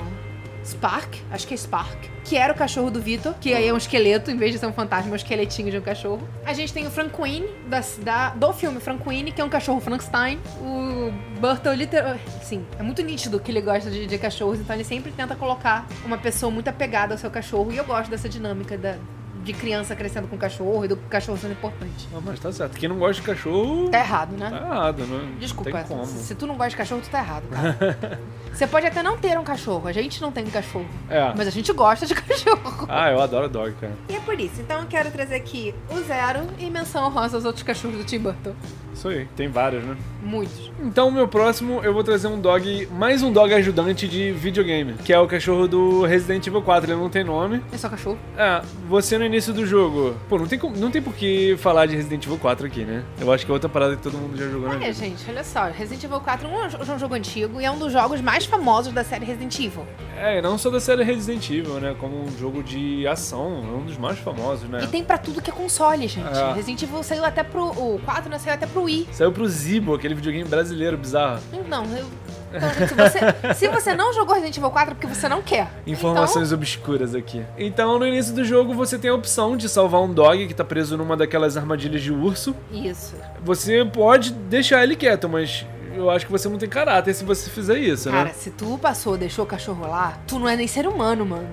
S1: Spark, acho que é Spark, que era o cachorro do Vitor, que aí é um esqueleto, em vez de ser um fantasma, é um esqueletinho de um cachorro. A gente tem o Franquine, da, da- do filme Franquine, que é um cachorro Frankenstein. O Burton, literal, sim, é muito nítido que ele gosta de, de cachorros, então ele sempre tenta colocar uma pessoa muito apegada ao seu cachorro, e eu gosto dessa dinâmica da, de criança crescendo com cachorro e do cachorro sendo importante.
S2: Ah, mas tá certo. Quem não gosta de cachorro.
S1: Tá errado, né?
S2: Tá errado, né?
S1: Desculpa,
S2: Tem como.
S1: se tu não gosta de cachorro, tu tá errado, cara. Você pode até não ter um cachorro, a gente não tem um cachorro.
S2: É.
S1: Mas a gente gosta de cachorro.
S2: Ah, eu adoro dog, cara.
S1: E é por isso, então eu quero trazer aqui o Zero e menção honrosa aos outros cachorros do Tim Burton.
S2: Isso aí. Tem vários, né?
S1: Muitos.
S2: Então, meu próximo, eu vou trazer um dog, mais um dog ajudante de videogame, que é o cachorro do Resident Evil 4. Ele não tem nome.
S1: É só cachorro.
S2: Ah, você no início do jogo. Pô, não tem, como- não tem por que falar de Resident Evil 4 aqui, né? Eu acho que é outra parada que todo mundo já jogou na
S1: Olha,
S2: vida.
S1: gente, olha só. Resident Evil 4 é um jo- um jogo antigo e é um dos jogos mais famosos da série Resident Evil.
S2: É, não só da série Resident Evil, né? Como um jogo de ação, é um dos mais famosos, né?
S1: E tem pra tudo que é console, gente.
S2: É.
S1: Resident Evil saiu até pro. O 4 né, saiu até pro Wii. Hum,
S2: Saiu pro Zibo, aquele videogame brasileiro bizarro.
S1: Não, eu. então, se, você, se você não jogou Resident Evil 4 é porque você não quer.
S2: Informações obscuras aqui. Então, no início do jogo, você tem a opção de salvar um dog que tá preso numa daquelas armadilhas de urso.
S1: Então, isso.
S2: Você pode deixar ele quieto, mas eu acho que você não tem caráter se você fizer isso,
S1: Cara,
S2: né?
S1: se tu passou, deixou o cachorro lá, tu não é nem ser humano, mano.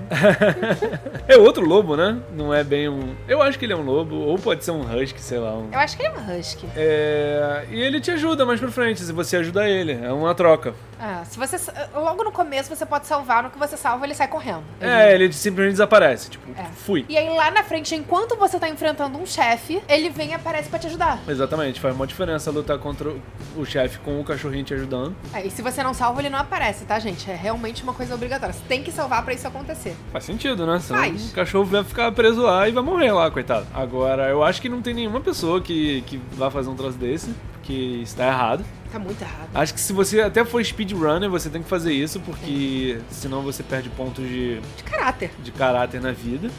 S2: É outro lobo, né? Não é bem um. Eu acho que ele é um lobo, ou pode ser um husky, sei lá. Um...
S1: Eu acho que ele é um husky.
S2: É... E ele te ajuda mais pra frente, se você ajudar ele. É uma troca.
S1: Ah, se você. Logo no começo você pode salvar, no que você salva, ele sai correndo.
S2: É, ele simplesmente desaparece. Tipo,
S1: Uhum. É.
S2: fui.
S1: E aí lá na frente, enquanto você tá enfrentando um chefe, ele vem e aparece pra te ajudar.
S2: Exatamente, faz uma diferença lutar contra o chefe com o cachorrinho te ajudando.
S1: Aí É, se você não salva, ele não aparece, tá, gente? É realmente uma coisa obrigatória. Você tem que salvar pra isso acontecer.
S2: Faz sentido, né? Senão
S1: Faz.
S2: o cachorro vai ficar preso lá e vai morrer lá, coitado. Agora, eu acho que não tem nenhuma pessoa que, que vai fazer um troço desse, porque está errado.
S1: Tá muito errado.
S2: Acho que se você até for speedrunner, você tem que fazer isso, porque senão você perde pontos de,
S1: De caráter.
S2: de caráter na vida.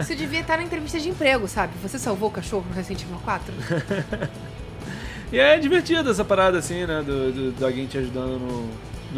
S1: Isso devia estar na entrevista de emprego, sabe? Você salvou o cachorro no Resident Evil 4?
S2: E é divertido essa parada, assim, né? Do, do, do alguém te ajudando no,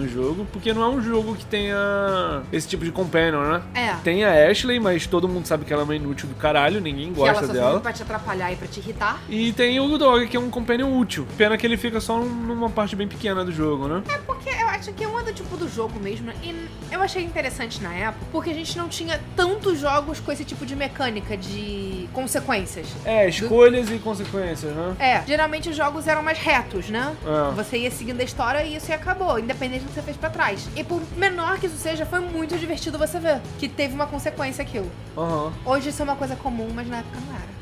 S2: no jogo, porque não é um jogo que tenha esse tipo de companion, né?
S1: É.
S2: Tem a Ashley, mas todo mundo sabe que ela é uma inútil do caralho, ninguém
S1: que ela
S2: gosta
S1: só
S2: dela.
S1: serve pra te atrapalhar e pra te irritar.
S2: E tem o Dog, que é um companion útil. Pena que ele fica só num- numa parte bem pequena do jogo, né?
S1: É porque eu acho que é um do tipo do jogo mesmo. E eu achei interessante na época, porque a gente não tinha tantos jogos com esse tipo de mecânica de consequências.
S2: É, escolhas e consequências, né?
S1: É, geralmente os jogos eram mais retos, né?
S2: É.
S1: Você ia seguindo a história e isso e acabou, independente do que você fez pra trás. E por menor que isso seja, foi muito divertido você ver que teve uma consequência aquilo.
S2: Aham.
S1: Hoje isso é uma coisa comum, mas na época não era.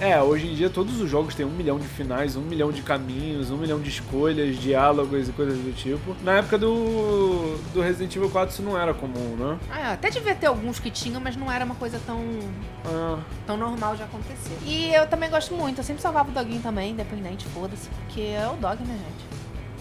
S2: É, hoje em dia todos os jogos têm um milhão de finais, um milhão de caminhos, um milhão de escolhas, diálogos e coisas do tipo. Na época do, do Resident Evil 4 isso não era comum, né?
S1: Ah, até devia ter alguns que tinham, mas não era uma coisa tão
S2: Ah,
S1: tão normal de acontecer. E eu também gosto muito, eu sempre salvava o doguinho também, independente, foda-se, porque é o dog, né, gente?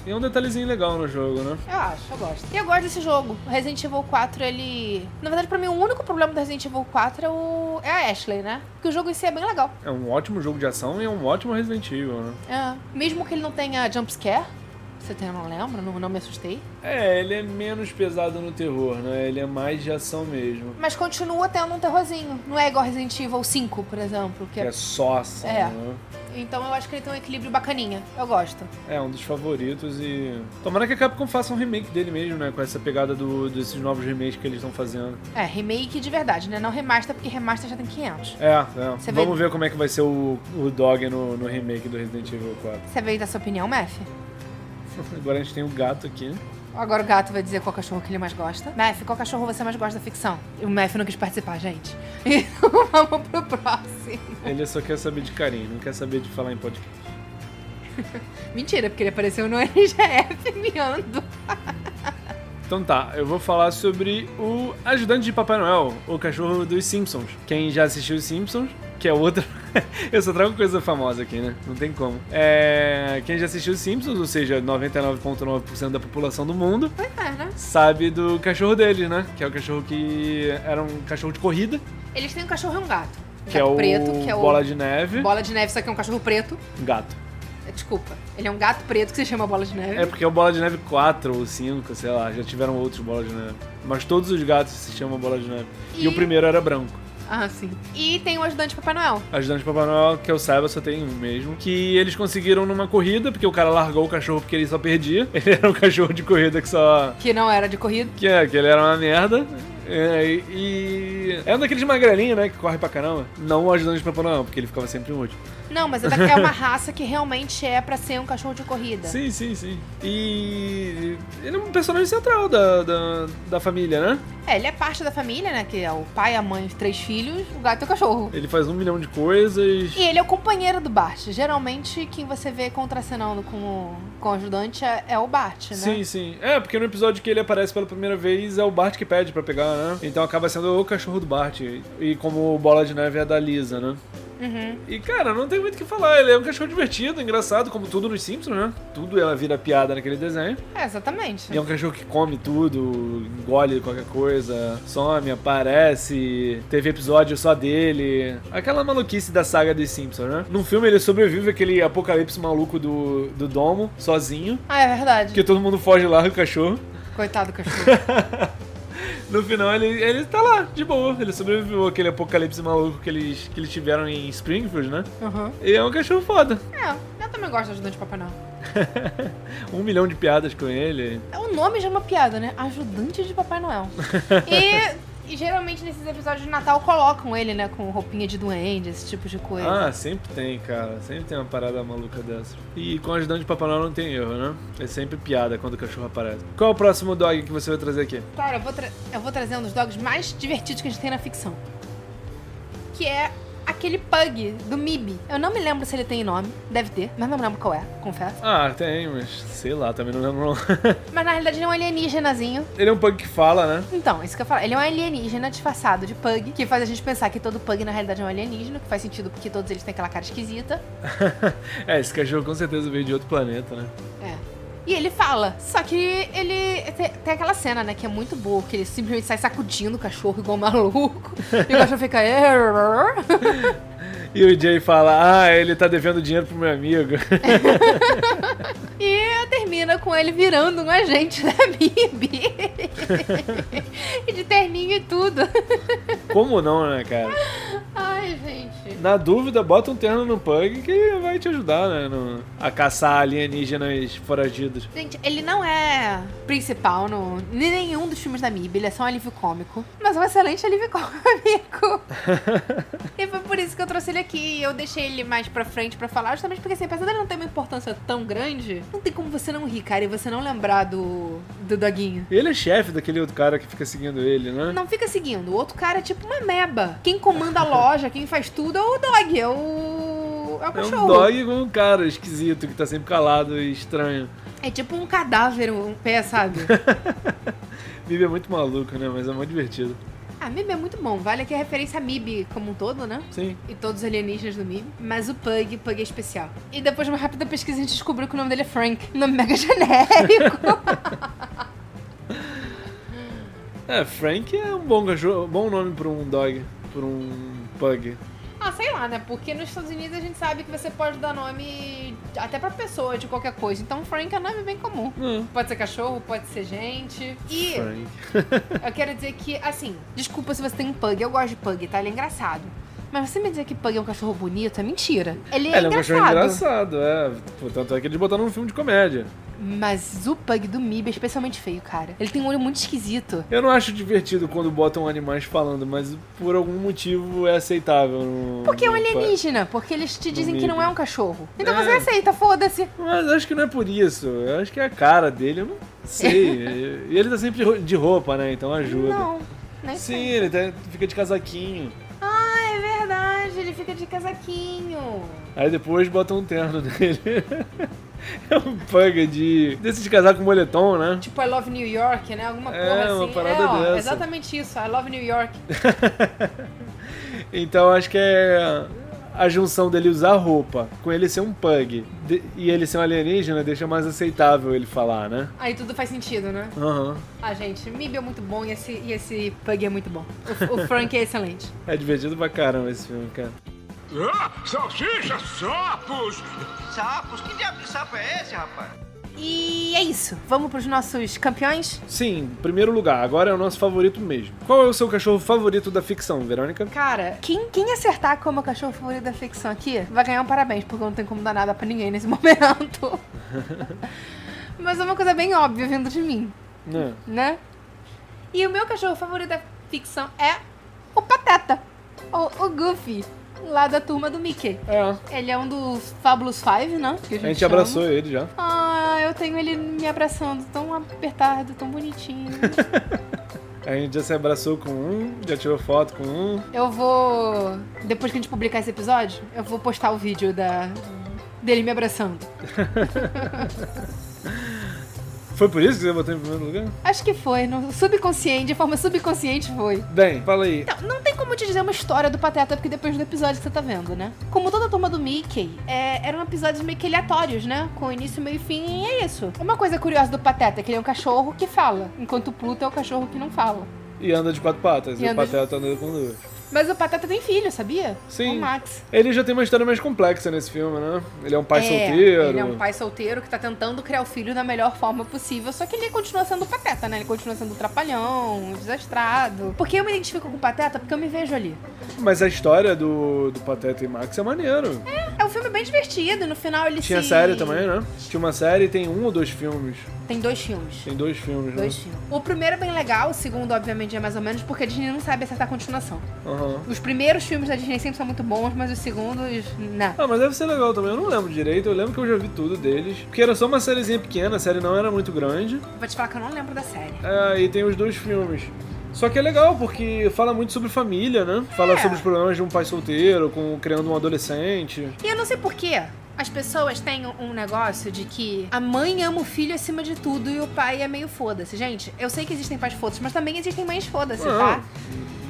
S2: e é um detalhezinho legal no jogo, né?
S1: Eu acho, eu gosto. E eu gosto desse jogo. O Resident Evil 4, ele. Na verdade, pra mim, o único problema do Resident Evil 4 é, o... é a Ashley, né? Porque o jogo em si é bem legal.
S2: É um ótimo jogo de ação e é um ótimo Resident Evil, né?
S1: É. Mesmo que ele não tenha jumpscare, você tem, eu não lembro, não, não me assustei.
S2: É, ele é menos pesado no terror, né? Ele é mais de ação mesmo.
S1: Mas continua tendo um terrorzinho. Não é igual Resident Evil 5, por exemplo. Que
S2: Que é
S1: é...
S2: só ação,
S1: É.
S2: né?
S1: Então eu acho que ele tem um equilíbrio bacaninha. Eu gosto.
S2: É, um dos favoritos e. Tomara que a Capcom faça um remake dele mesmo, né? Com essa pegada do, desses novos remakes que eles estão fazendo.
S1: É, remake de verdade, né? Não remaster, porque remaster já tem 500.
S2: É, é.
S1: Você
S2: Vamos
S1: vê-
S2: ver como é que vai ser o, o Dog no, no remake do Resident Evil 4.
S1: Você veio da sua opinião, Mef?
S2: Agora a gente tem o gato aqui.
S1: Agora o gato vai dizer qual cachorro que ele mais gosta. Mef, qual cachorro você mais gosta da ficção? O Mef não quis participar, gente. Então vamos pro próximo.
S2: Ele só quer saber de carinho, não quer saber de falar em podcast.
S1: Mentira, porque ele apareceu no NGF miando.
S2: Então tá, eu vou falar sobre o ajudante de Papai Noel, o cachorro dos Simpsons. Quem já assistiu os Simpsons, que é outra. eu só trago coisa famosa aqui, né? Não tem como. É... Quem já assistiu os Simpsons, ou seja, 99,9% da população do mundo,
S1: Pois é, né?
S2: sabe do cachorro deles, né? Que é o cachorro que era um cachorro de corrida,
S1: Eles têm um cachorro e um gato. Um
S2: que
S1: gato
S2: é o
S1: preto, que é o.
S2: Bola de Neve,
S1: Bola de neve, só que é um cachorro preto.
S2: gato.
S1: Desculpa. Ele é um gato preto que se chama Bola de Neve.
S2: É porque é o Bola de Neve 4 ou 5, sei lá, já tiveram outros Bola de Neve. Mas todos os gatos se chamam Bola de Neve. E,
S1: E-
S2: o primeiro era branco.
S1: Ah, sim. E tem o ajudante Papai Noel.
S2: Ajudante de Papai Noel, que eu saiba, só tem um mesmo. Que eles conseguiram numa corrida, porque o cara largou o cachorro porque ele só perdia. Ele era um cachorro de corrida que só.
S1: Que não era de corrida.
S2: Que é, que ele era uma merda. É, e, e- É um daqueles magrelinhos, né? Que corre pra caramba. Não o ajudante de Papai Noel, porque ele ficava sempre útil.
S1: Não, mas é da- é uma raça que realmente é pra ser um cachorro de corrida.
S2: Sim, sim, sim. E. Ele é um personagem central da, da, da família, né?
S1: É, ele é parte da família, né? Que é o pai, a mãe, os três filhos, o gato e o cachorro.
S2: Ele faz um milhão de coisas.
S1: E ele é o companheiro do Bart. Geralmente, quem você vê contracenando com o, com o ajudante é, é o Bart, né?
S2: Sim, sim. É, porque no episódio que ele aparece pela primeira vez é o Bart que pede pra pegar, né? Então acaba sendo o cachorro do Bart. E como o Bola de Neve é da Lisa, né?
S1: Uhum.
S2: E cara, não tem muito o que falar. Ele é um cachorro divertido, engraçado, como tudo nos Simpsons, né? Tudo ela vira piada naquele desenho.
S1: É, exatamente.
S2: E é um cachorro que come tudo, engole qualquer coisa, some, aparece. Teve episódio só dele. Aquela maluquice da saga dos Simpsons, né? Num filme ele sobrevive àquele apocalipse maluco do, do Domo, sozinho.
S1: Ah, é verdade.
S2: Que todo mundo foge lá o cachorro.
S1: Coitado do cachorro.
S2: No final ele, ele tá lá, de boa. Ele sobreviveu àquele apocalipse maluco que eles, que eles tiveram em Springfield, né?
S1: Uhum.
S2: E é um cachorro foda.
S1: É, eu também gosto do ajudante Papai Noel.
S2: um milhão de piadas com ele.
S1: É, O nome já é uma piada, né? Ajudante de Papai Noel. e, e geralmente nesses episódios de Natal colocam ele, né? Com roupinha de duende, esse tipo de coisa.
S2: Ah, sempre tem, cara. Sempre tem uma parada maluca dessa. E com o ajudante de Papai Noel não tem erro, né? É sempre piada quando o cachorro aparece. Qual é o próximo dog que você vai trazer aqui?
S1: Claro, eu vou, tra- eu vou trazer um dos dogs mais divertidos que a gente tem na ficção. Que é aquele pug do Mib. Eu não me lembro se ele tem nome. Deve ter, mas não me lembro qual é, confesso.
S2: Ah, tem, mas sei lá, também não lembro. não.
S1: Mas na realidade ele é um alienígenazinho.
S2: ele é um pug que fala, né?
S1: Então, isso que eu falo. Ele é um alienígena disfarçado de pug, que faz a gente pensar que todo pug na realidade é um alienígena, que faz sentido porque todos eles têm aquela cara esquisita.
S2: é, esse cachorro com certeza veio de outro planeta, né?
S1: É. E ele fala, só que ele te- tem aquela cena, né, que é muito boa, que ele simplesmente sai sacudindo o cachorro igual um maluco. e o cachorro fica. "Err".
S2: E o Jay fala: Ah, ele tá devendo dinheiro pro meu amigo.
S1: E termina com ele virando um agente da MIB. e de terninho e tudo.
S2: Como não, né, cara?
S1: Ai, gente.
S2: Na dúvida, bota um terno no pug que ele vai te ajudar, né? no- a caçar alienígenas foragidos.
S1: Gente, ele não é principal no em nenhum dos filmes da MIB, ele é só um alívio cômico. Mas é um excelente alívio cômico. e foi por isso que eu trouxe ele aqui. E Eu deixei ele mais pra frente pra falar, justamente porque assim, apesar dele não ter uma importância tão grande, não tem como você não rir, cara, e você não lembrar do, do doguinho.
S2: Ele é chefe daquele outro cara que fica seguindo ele, né?
S1: Não fica seguindo. O outro cara é tipo uma meba. Quem comanda a loja, quem faz tudo é o dog, é o. É o
S2: É um
S1: cachorro.
S2: dog com um cara esquisito que tá sempre calado e estranho.
S1: É tipo um cadáver, um pé, sabe?
S2: Vive é muito maluco, né? Mas é muito divertido.
S1: ah, MIB é muito bom. Vale aqui a referência a MIB como um todo, né?
S2: Sim.
S1: E todos os alienígenas do MIB. Mas o Pug, Pug é especial. E depois de uma rápida pesquisa, a gente descobriu que o nome dele é Frank. Nome mega genérico.
S2: É, Frank é um bom cachorro, bom nome pra um dog, pra um pug.
S1: ah, sei lá, né? Porque nos Estados Unidos a gente sabe que você pode dar nome até pra pessoa de qualquer coisa. Então Frank é um nome bem comum.
S2: Hum.
S1: Pode ser cachorro, pode ser gente. E.
S2: Frank.
S1: Eu quero dizer que, assim, desculpa se você tem um pug, eu gosto de pug, tá? Ele é engraçado. Mas você me dizer que pug é um cachorro bonito é mentira. Ele é,
S2: ele é um
S1: engraçado,
S2: cachorro engraçado, é. Pô, Tanto é que eles botaram num filme de comédia.
S1: Mas o pug do Mib é especialmente feio, cara. Ele tem um olho muito esquisito.
S2: Eu não acho divertido quando botam animais falando, mas por algum motivo é aceitável. No,
S1: Porque é um
S2: no pug.
S1: alienígena, porque eles te dizem que
S2: Mib.
S1: não é um cachorro. Então
S2: É.
S1: você aceita, foda-se.
S2: Mas acho que não é por isso. Eu acho que é a cara dele, eu não sei. e ele tá sempre de ro- de roupa, né? Então ajuda.
S1: Não, né? nem
S2: Sim,
S1: sei.
S2: ele tá- fica de casaquinho.
S1: Ah, é verdade, ele fica de casaquinho.
S2: Aí depois botam um terno nele. é um pug de. desses de casar com moletom, né?
S1: Tipo I Love New York, né? Alguma
S2: É,
S1: porra assim.
S2: uma parada
S1: é, ó,
S2: dessa.
S1: exatamente isso, I Love New York.
S2: Então acho que é. A junção dele usar roupa com ele ser um pug de- e ele ser um alienígena deixa mais aceitável ele falar, né?
S1: Aí tudo faz sentido, né?
S2: Aham.
S1: Ah, gente, Mib é muito bom e esse, e esse Pug é muito bom. O, o Frank é excelente.
S2: É divertido pra caramba esse filme, cara.
S4: Ah, salsicha, sapos!
S3: Sapos? Que diabo de sapo é esse, rapaz?
S1: E é isso. Vamos pros nossos campeões?
S2: Sim, primeiro lugar, agora é o nosso favorito mesmo. Qual é o seu cachorro favorito da ficção, Verônica?
S1: Cara, quem, quem acertar como é o cachorro favorito da ficção aqui vai ganhar um parabéns, porque eu não tenho como dar nada pra ninguém nesse momento. Mas é uma coisa bem óbvia vindo de mim,
S2: Não.
S1: né? E o meu cachorro favorito da ficção é o Pateta, ou o Goofy, lá da turma do Mickey.
S2: É.
S1: Ele é um dos Fabulous Five, né? que
S2: A gente
S1: chama.
S2: abraçou ele já.
S1: Ah, eu tenho ele me abraçando, tão apertado, tão bonitinho.
S2: A gente já se abraçou com um, já tirou foto com um.
S1: Eu vou. Depois que a gente publicar esse episódio, eu vou postar o vídeo da. dele me abraçando.
S2: Foi por isso que você votou em primeiro lugar?
S1: Acho que foi, no subconsciente, de forma subconsciente foi.
S2: Bem, fala aí.
S1: Então, não tem como te dizer uma história do Pateta, porque depois do episódio que você tá vendo, né? Como toda a turma do Mickey, é, eram episódios meio que aleatórios, né? Com início, meio e fim, e é isso. Uma coisa curiosa do Pateta é que ele é um cachorro que fala, enquanto o Pluto é o cachorro que não fala.
S2: E anda de quatro patas,
S1: E
S2: e, o
S1: anda de-
S2: Pateta anda com duas.
S1: Mas o Pateta tem filho, sabia?
S2: Sim.
S1: O Max.
S2: Ele já tem uma história mais complexa nesse filme, né? Ele é um pai
S1: É,
S2: solteiro.
S1: Ele é um pai solteiro que tá tentando criar o filho da melhor forma possível, só que ele continua sendo pateta, né? Ele continua sendo trapalhão, desastrado. Por que eu me identifico com pateta? Porque eu me vejo ali.
S2: Mas a história do, do Pateta e Max é maneiro.
S1: É um filme bem divertido, no final ele
S2: Tinha
S1: se...
S2: série também, né? Tinha uma série tem um ou dois filmes.
S1: Tem dois filmes.
S2: Tem dois filmes, né?
S1: Dois filmes. O primeiro é bem legal, o segundo, obviamente, é mais ou menos, porque a Disney não sabe acertar a continuação.
S2: né? Aham.
S1: Os primeiros filmes da Disney sempre são muito bons, mas os segundos, né? não.
S2: Ah, mas deve ser legal também. Eu não lembro direito. Eu lembro que eu já vi tudo deles. Porque era só uma sériezinha pequena, a série não era muito grande.
S1: Vou te falar que eu não lembro da série.
S2: É, e tem os dois filmes. Só que é legal, porque fala muito sobre família, né? Fala
S1: É.
S2: sobre os problemas de um pai solteiro, com criando um adolescente.
S1: E eu não sei porquê. As pessoas têm um negócio de que a mãe ama o filho acima de tudo e o pai é meio foda-se. Gente, eu sei que existem pais foda mas também existem mães foda-se, tá?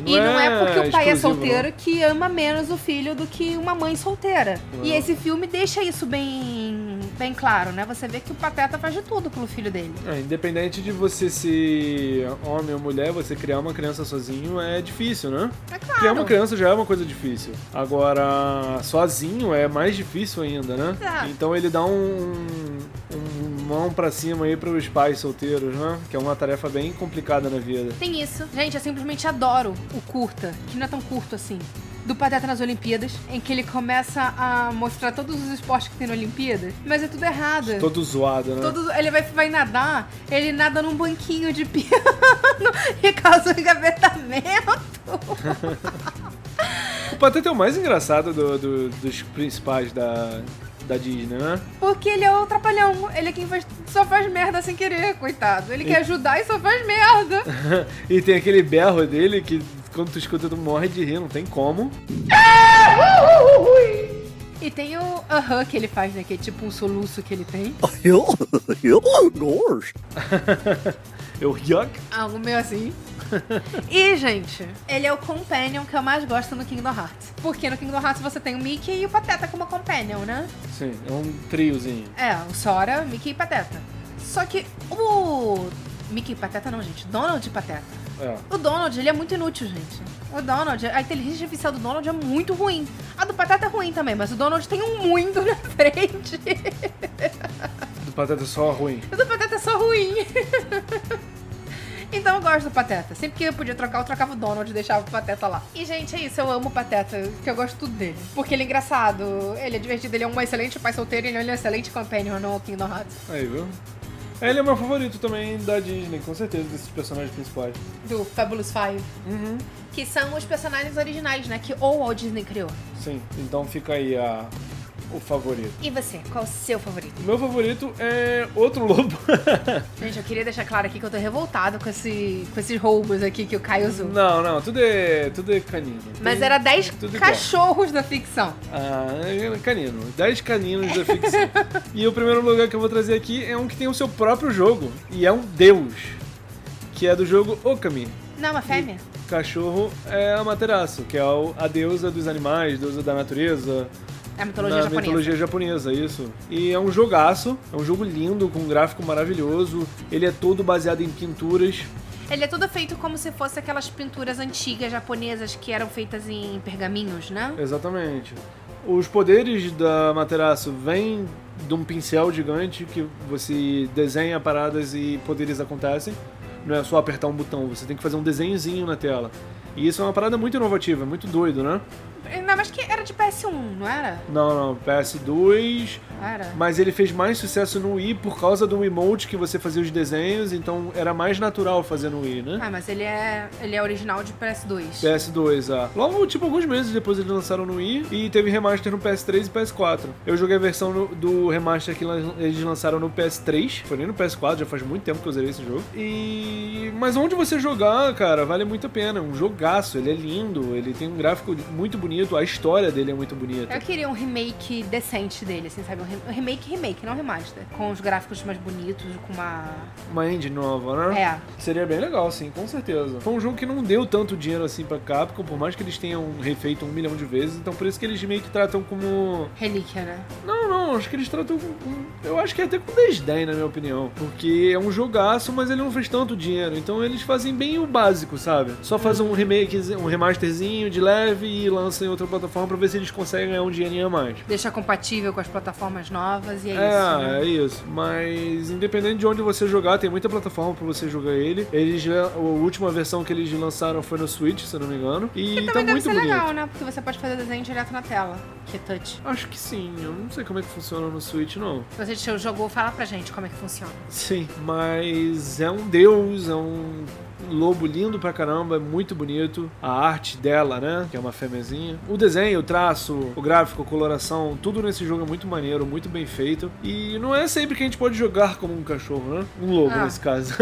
S1: E não é porque o pai é
S2: Ah, exclusivo,
S1: solteiro que ama menos o filho do que uma mãe solteira. E esse filme deixa isso bem, bem claro, né? Você vê que o Pateta faz de tudo pelo filho dele.
S2: não. É, independente de você ser homem ou mulher, você criar uma criança sozinho é difícil, né?
S1: É claro.
S2: Criar uma criança já é uma coisa difícil. Agora, sozinho é mais difícil ainda, né?
S1: Exato.
S2: Então ele dá um, um mão pra cima aí pros pais solteiros, né? Que é uma tarefa bem complicada na vida.
S1: Tem isso. Gente, eu simplesmente adoro o curta, que não é tão curto assim, do Pateta nas Olimpíadas, em que ele começa a mostrar todos os esportes que tem na Olimpíada, mas é tudo errado.
S2: Todo zoado, né?
S1: Todo- ele vai, vai nadar, ele nada num banquinho de piano e causa um engavetamento.
S2: O Pateta é o mais engraçado do- do- dos principais da, da Disney, né?
S1: Porque ele é o trapalhão. Ele é quem faz- só faz merda sem querer, coitado. Ele quer ajudar e só faz merda.
S2: e tem aquele berro dele que quando tu escuta tu morre de rir, não tem como.
S1: E tem o aham que ele faz, né? Que é tipo um soluço que ele tem.
S2: Eu É yuck.
S1: Algo meio assim. e, gente, ele é o companion que eu mais gosto no Kingdom Hearts. Porque no Kingdom Hearts você tem o Mickey e o Pateta como companion, né?
S2: Sim, é um triozinho.
S1: É, o Sora, Mickey e Pateta. Só que o... Mickey e Pateta não, gente. Donald e Pateta.
S2: É.
S1: O Donald, ele é muito inútil, gente. O Donald, a inteligência artificial do Donald é muito ruim. A do Pateta é ruim também, mas o Donald tem um muito na frente.
S2: Do Pateta é só ruim.
S1: O do Pateta é só ruim. Então eu gosto do Pateta. Sempre que eu podia trocar, eu trocava o Donald e deixava o Pateta lá. E, gente, é isso. Eu amo o Pateta, porque eu gosto tudo dele. Porque ele é engraçado, ele é divertido, ele é um excelente pai solteiro, ele é um excelente companion no Kingdom Hearts.
S2: Aí, viu? Ele é meu favorito também da Disney, com certeza, desses personagens principais.
S1: Do Fabulous Five.
S2: Uhum.
S1: Que são os personagens originais, né? Que ou Walt Disney criou.
S2: Sim, então fica aí a, o favorito.
S1: E você? Qual o seu favorito?
S2: O meu favorito é outro lobo.
S1: Gente, eu queria deixar claro aqui que eu tô revoltado com, esse, com esses roubos aqui que o Caio usou.
S2: não, não, tudo é, tudo é canino.
S1: Mas
S2: Tem-
S1: era 10
S2: tudo igual.
S1: cachorros da ficção.
S2: Ah, é canino. 10 caninos da ficção. e o primeiro lugar que eu vou trazer aqui é um que tem o seu próprio jogo. E é um deus. Que é do jogo Okami.
S1: Não, é uma fêmea?
S2: Cachorro é a Materaço, que é o- a deusa dos animais, deusa da natureza.
S1: É a mitologia
S2: na
S1: japonesa.
S2: mitologia japonesa, isso. E é um jogaço, é um jogo lindo, com um gráfico maravilhoso. Ele é todo baseado em pinturas.
S1: Ele é todo feito como se fosse aquelas pinturas antigas japonesas que eram feitas em pergaminhos, né?
S2: Exatamente. Os poderes da Materaço vêm de um pincel gigante que você desenha paradas e poderes acontecem. Não é só apertar um botão, você tem que fazer um desenhozinho na tela. E isso é uma parada muito inovativa, muito doido, né?
S1: Ainda mais que era de PS1, não era?
S2: Não, não, PS2.
S1: Era.
S2: Mas ele fez mais sucesso no Wii por causa do emote que você fazia os desenhos, então era mais natural fazer no Wii, né?
S1: Ah, mas ele é, ele é original de PS2.
S2: PS2, ah. Logo, tipo, alguns meses depois eles lançaram no Wii e teve remaster no PS3 e PS4. Eu joguei a versão no- do remaster que lan- eles lançaram no PS3. Foi nem no PS4, já faz muito tempo que eu zerei esse jogo. E... Mas onde você jogar, cara, vale muito a pena. É um jogaço, ele é lindo, ele tem um gráfico muito bonito, a história dele é muito bonita.
S1: Eu queria um remake decente dele, assim, sabe? Um re- um remake, remake, não remaster. Com os gráficos mais bonitos, com uma.
S2: Uma engine nova, né?
S1: É.
S2: Seria bem legal, sim, com certeza. Foi um jogo que não deu tanto dinheiro assim pra Capcom, por mais que eles tenham refeito um milhão de vezes, então por isso que eles meio que tratam como.
S1: Relíquia, né?
S2: Não, não, acho que eles tratam com. com- Eu acho que é até com desdém, na minha opinião. Porque é um jogaço, mas ele não fez tanto dinheiro. Então eles fazem bem o básico, sabe? Só fazem um remake, um remasterzinho de leve e lançam em outra plataforma pra ver se eles conseguem ganhar um dinheirinho a mais.
S1: Deixa compatível com as plataformas novas e é, isso. né?
S2: É, é isso. Mas independente de onde você jogar, tem muita plataforma pra você jogar ele. Eles, já- a última versão que eles lançaram foi no Switch, se eu não me engano. E,
S1: E
S2: tá
S1: também deve
S2: muito
S1: ser
S2: bonito.
S1: legal, né? Porque você pode fazer desenho direto na tela, que é touch.
S2: Acho que sim, eu não sei como é que funciona no Switch, não.
S1: Se você já jogou, fala pra gente como é que funciona.
S2: Sim, mas é um deus, é um lobo lindo pra caramba, é muito bonito. A arte dela, né? Que é uma fêmeazinha. O desenho, o traço, o gráfico, a coloração, tudo nesse jogo é muito maneiro, muito bem feito. E não é sempre que a gente pode jogar como um cachorro, né? Um lobo,
S1: Ah.
S2: nesse caso.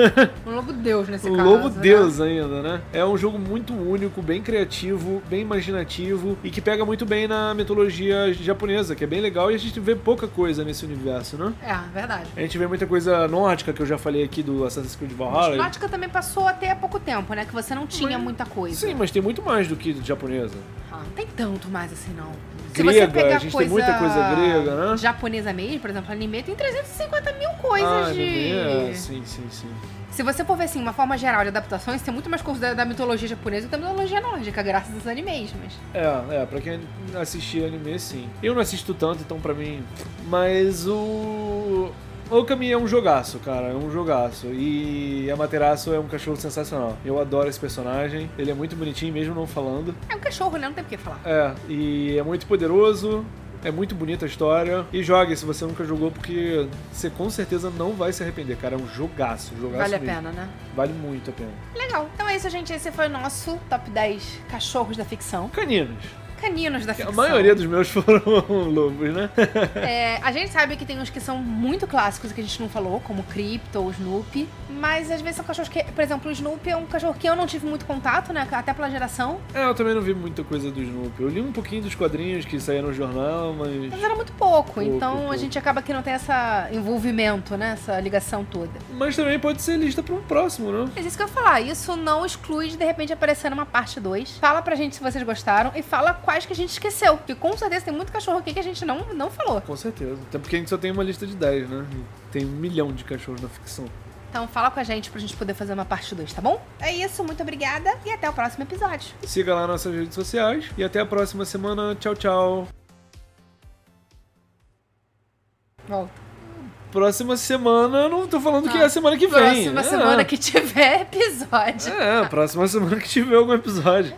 S1: Um lobo deus nesse
S2: O
S1: caso.
S2: Lobo
S1: né?
S2: Deus ainda, né? É um jogo muito único, bem criativo, bem imaginativo e que pega muito bem na mitologia japonesa, que é bem legal e a gente vê pouca coisa nesse universo, né?
S1: É, verdade.
S2: A gente vê muita coisa nórdica que eu já falei aqui do Assassin's Creed
S1: A
S2: Valhalla.
S1: Náutica também passou até há pouco tempo, né? Que você não tinha
S2: Mas-
S1: muita coisa.
S2: Sim, mas tem muito mais do que japonesa.
S1: Ah, não tem tanto mais assim, não.
S2: Grega, a gente tem muita coisa grega, né?
S1: Japonesa mesmo, por exemplo, anime tem 350 mil coisas
S2: ah,
S1: de.
S2: anime, é, sim, sim, sim.
S1: Se você for ver assim, uma forma geral de adaptações, tem muito mais coisa da, da mitologia japonesa do que da mitologia nórdica, graças aos animes, mas.
S2: É, é, pra quem assistia anime, sim. Eu não assisto tanto, então pra mim. Mas o. Okami é um jogaço, cara, é um jogaço. E a Materaço é um cachorro sensacional. Eu adoro esse personagem, ele é muito bonitinho, mesmo não falando.
S1: É um cachorro, né? Não tem por que falar.
S2: É, e é muito poderoso, é muito bonita a história. E jogue se você nunca jogou, porque você com certeza não vai se arrepender, cara. É um jogaço, jogaço
S1: Vale a
S2: mesmo.
S1: pena, né?
S2: Vale muito a pena.
S1: Legal. Então é isso, gente. Esse foi o nosso top 10 cachorros da ficção.
S2: Caninos.
S1: Caninos da
S2: A
S1: ficção.
S2: maioria dos meus foram lobos, né?
S1: É, a gente sabe que tem uns que são muito clássicos que a gente não falou, como Crypto ou Snoopy. Mas às vezes são cachorros que. Por exemplo, o Snoopy é um cachorro que eu não tive muito contato, né? Até pela geração.
S2: É, eu também não vi muita coisa do Snoopy. Eu li um pouquinho dos quadrinhos que saíram no jornal,
S1: Mas
S2: mas.
S1: era muito pouco.
S2: Pouco,
S1: então
S2: pouco.
S1: a gente acaba que não tem esse envolvimento, né? Essa ligação toda.
S2: Mas também pode ser lista para um próximo, né?
S1: Mas isso que eu ia falar, isso não exclui de de repente aparecer numa parte 2. Fala pra gente se vocês gostaram e fala quais que a gente esqueceu. Porque com certeza tem muito cachorro aqui que a gente não, não falou.
S2: Com certeza. Até porque a gente só tem uma lista de 10, né? E Tem um milhão de cachorros na ficção.
S1: Então fala com a gente pra gente poder fazer uma parte 2, tá bom? É isso, muito obrigada e até o próximo episódio.
S2: Siga lá nossas redes sociais e até a próxima semana. Tchau, tchau.
S1: Volta.
S2: Próxima semana, eu não tô falando que
S1: Ah,
S2: é a semana que vem.
S1: Próxima
S2: é.
S1: semana que tiver episódio.
S2: É, próxima semana que tiver algum episódio.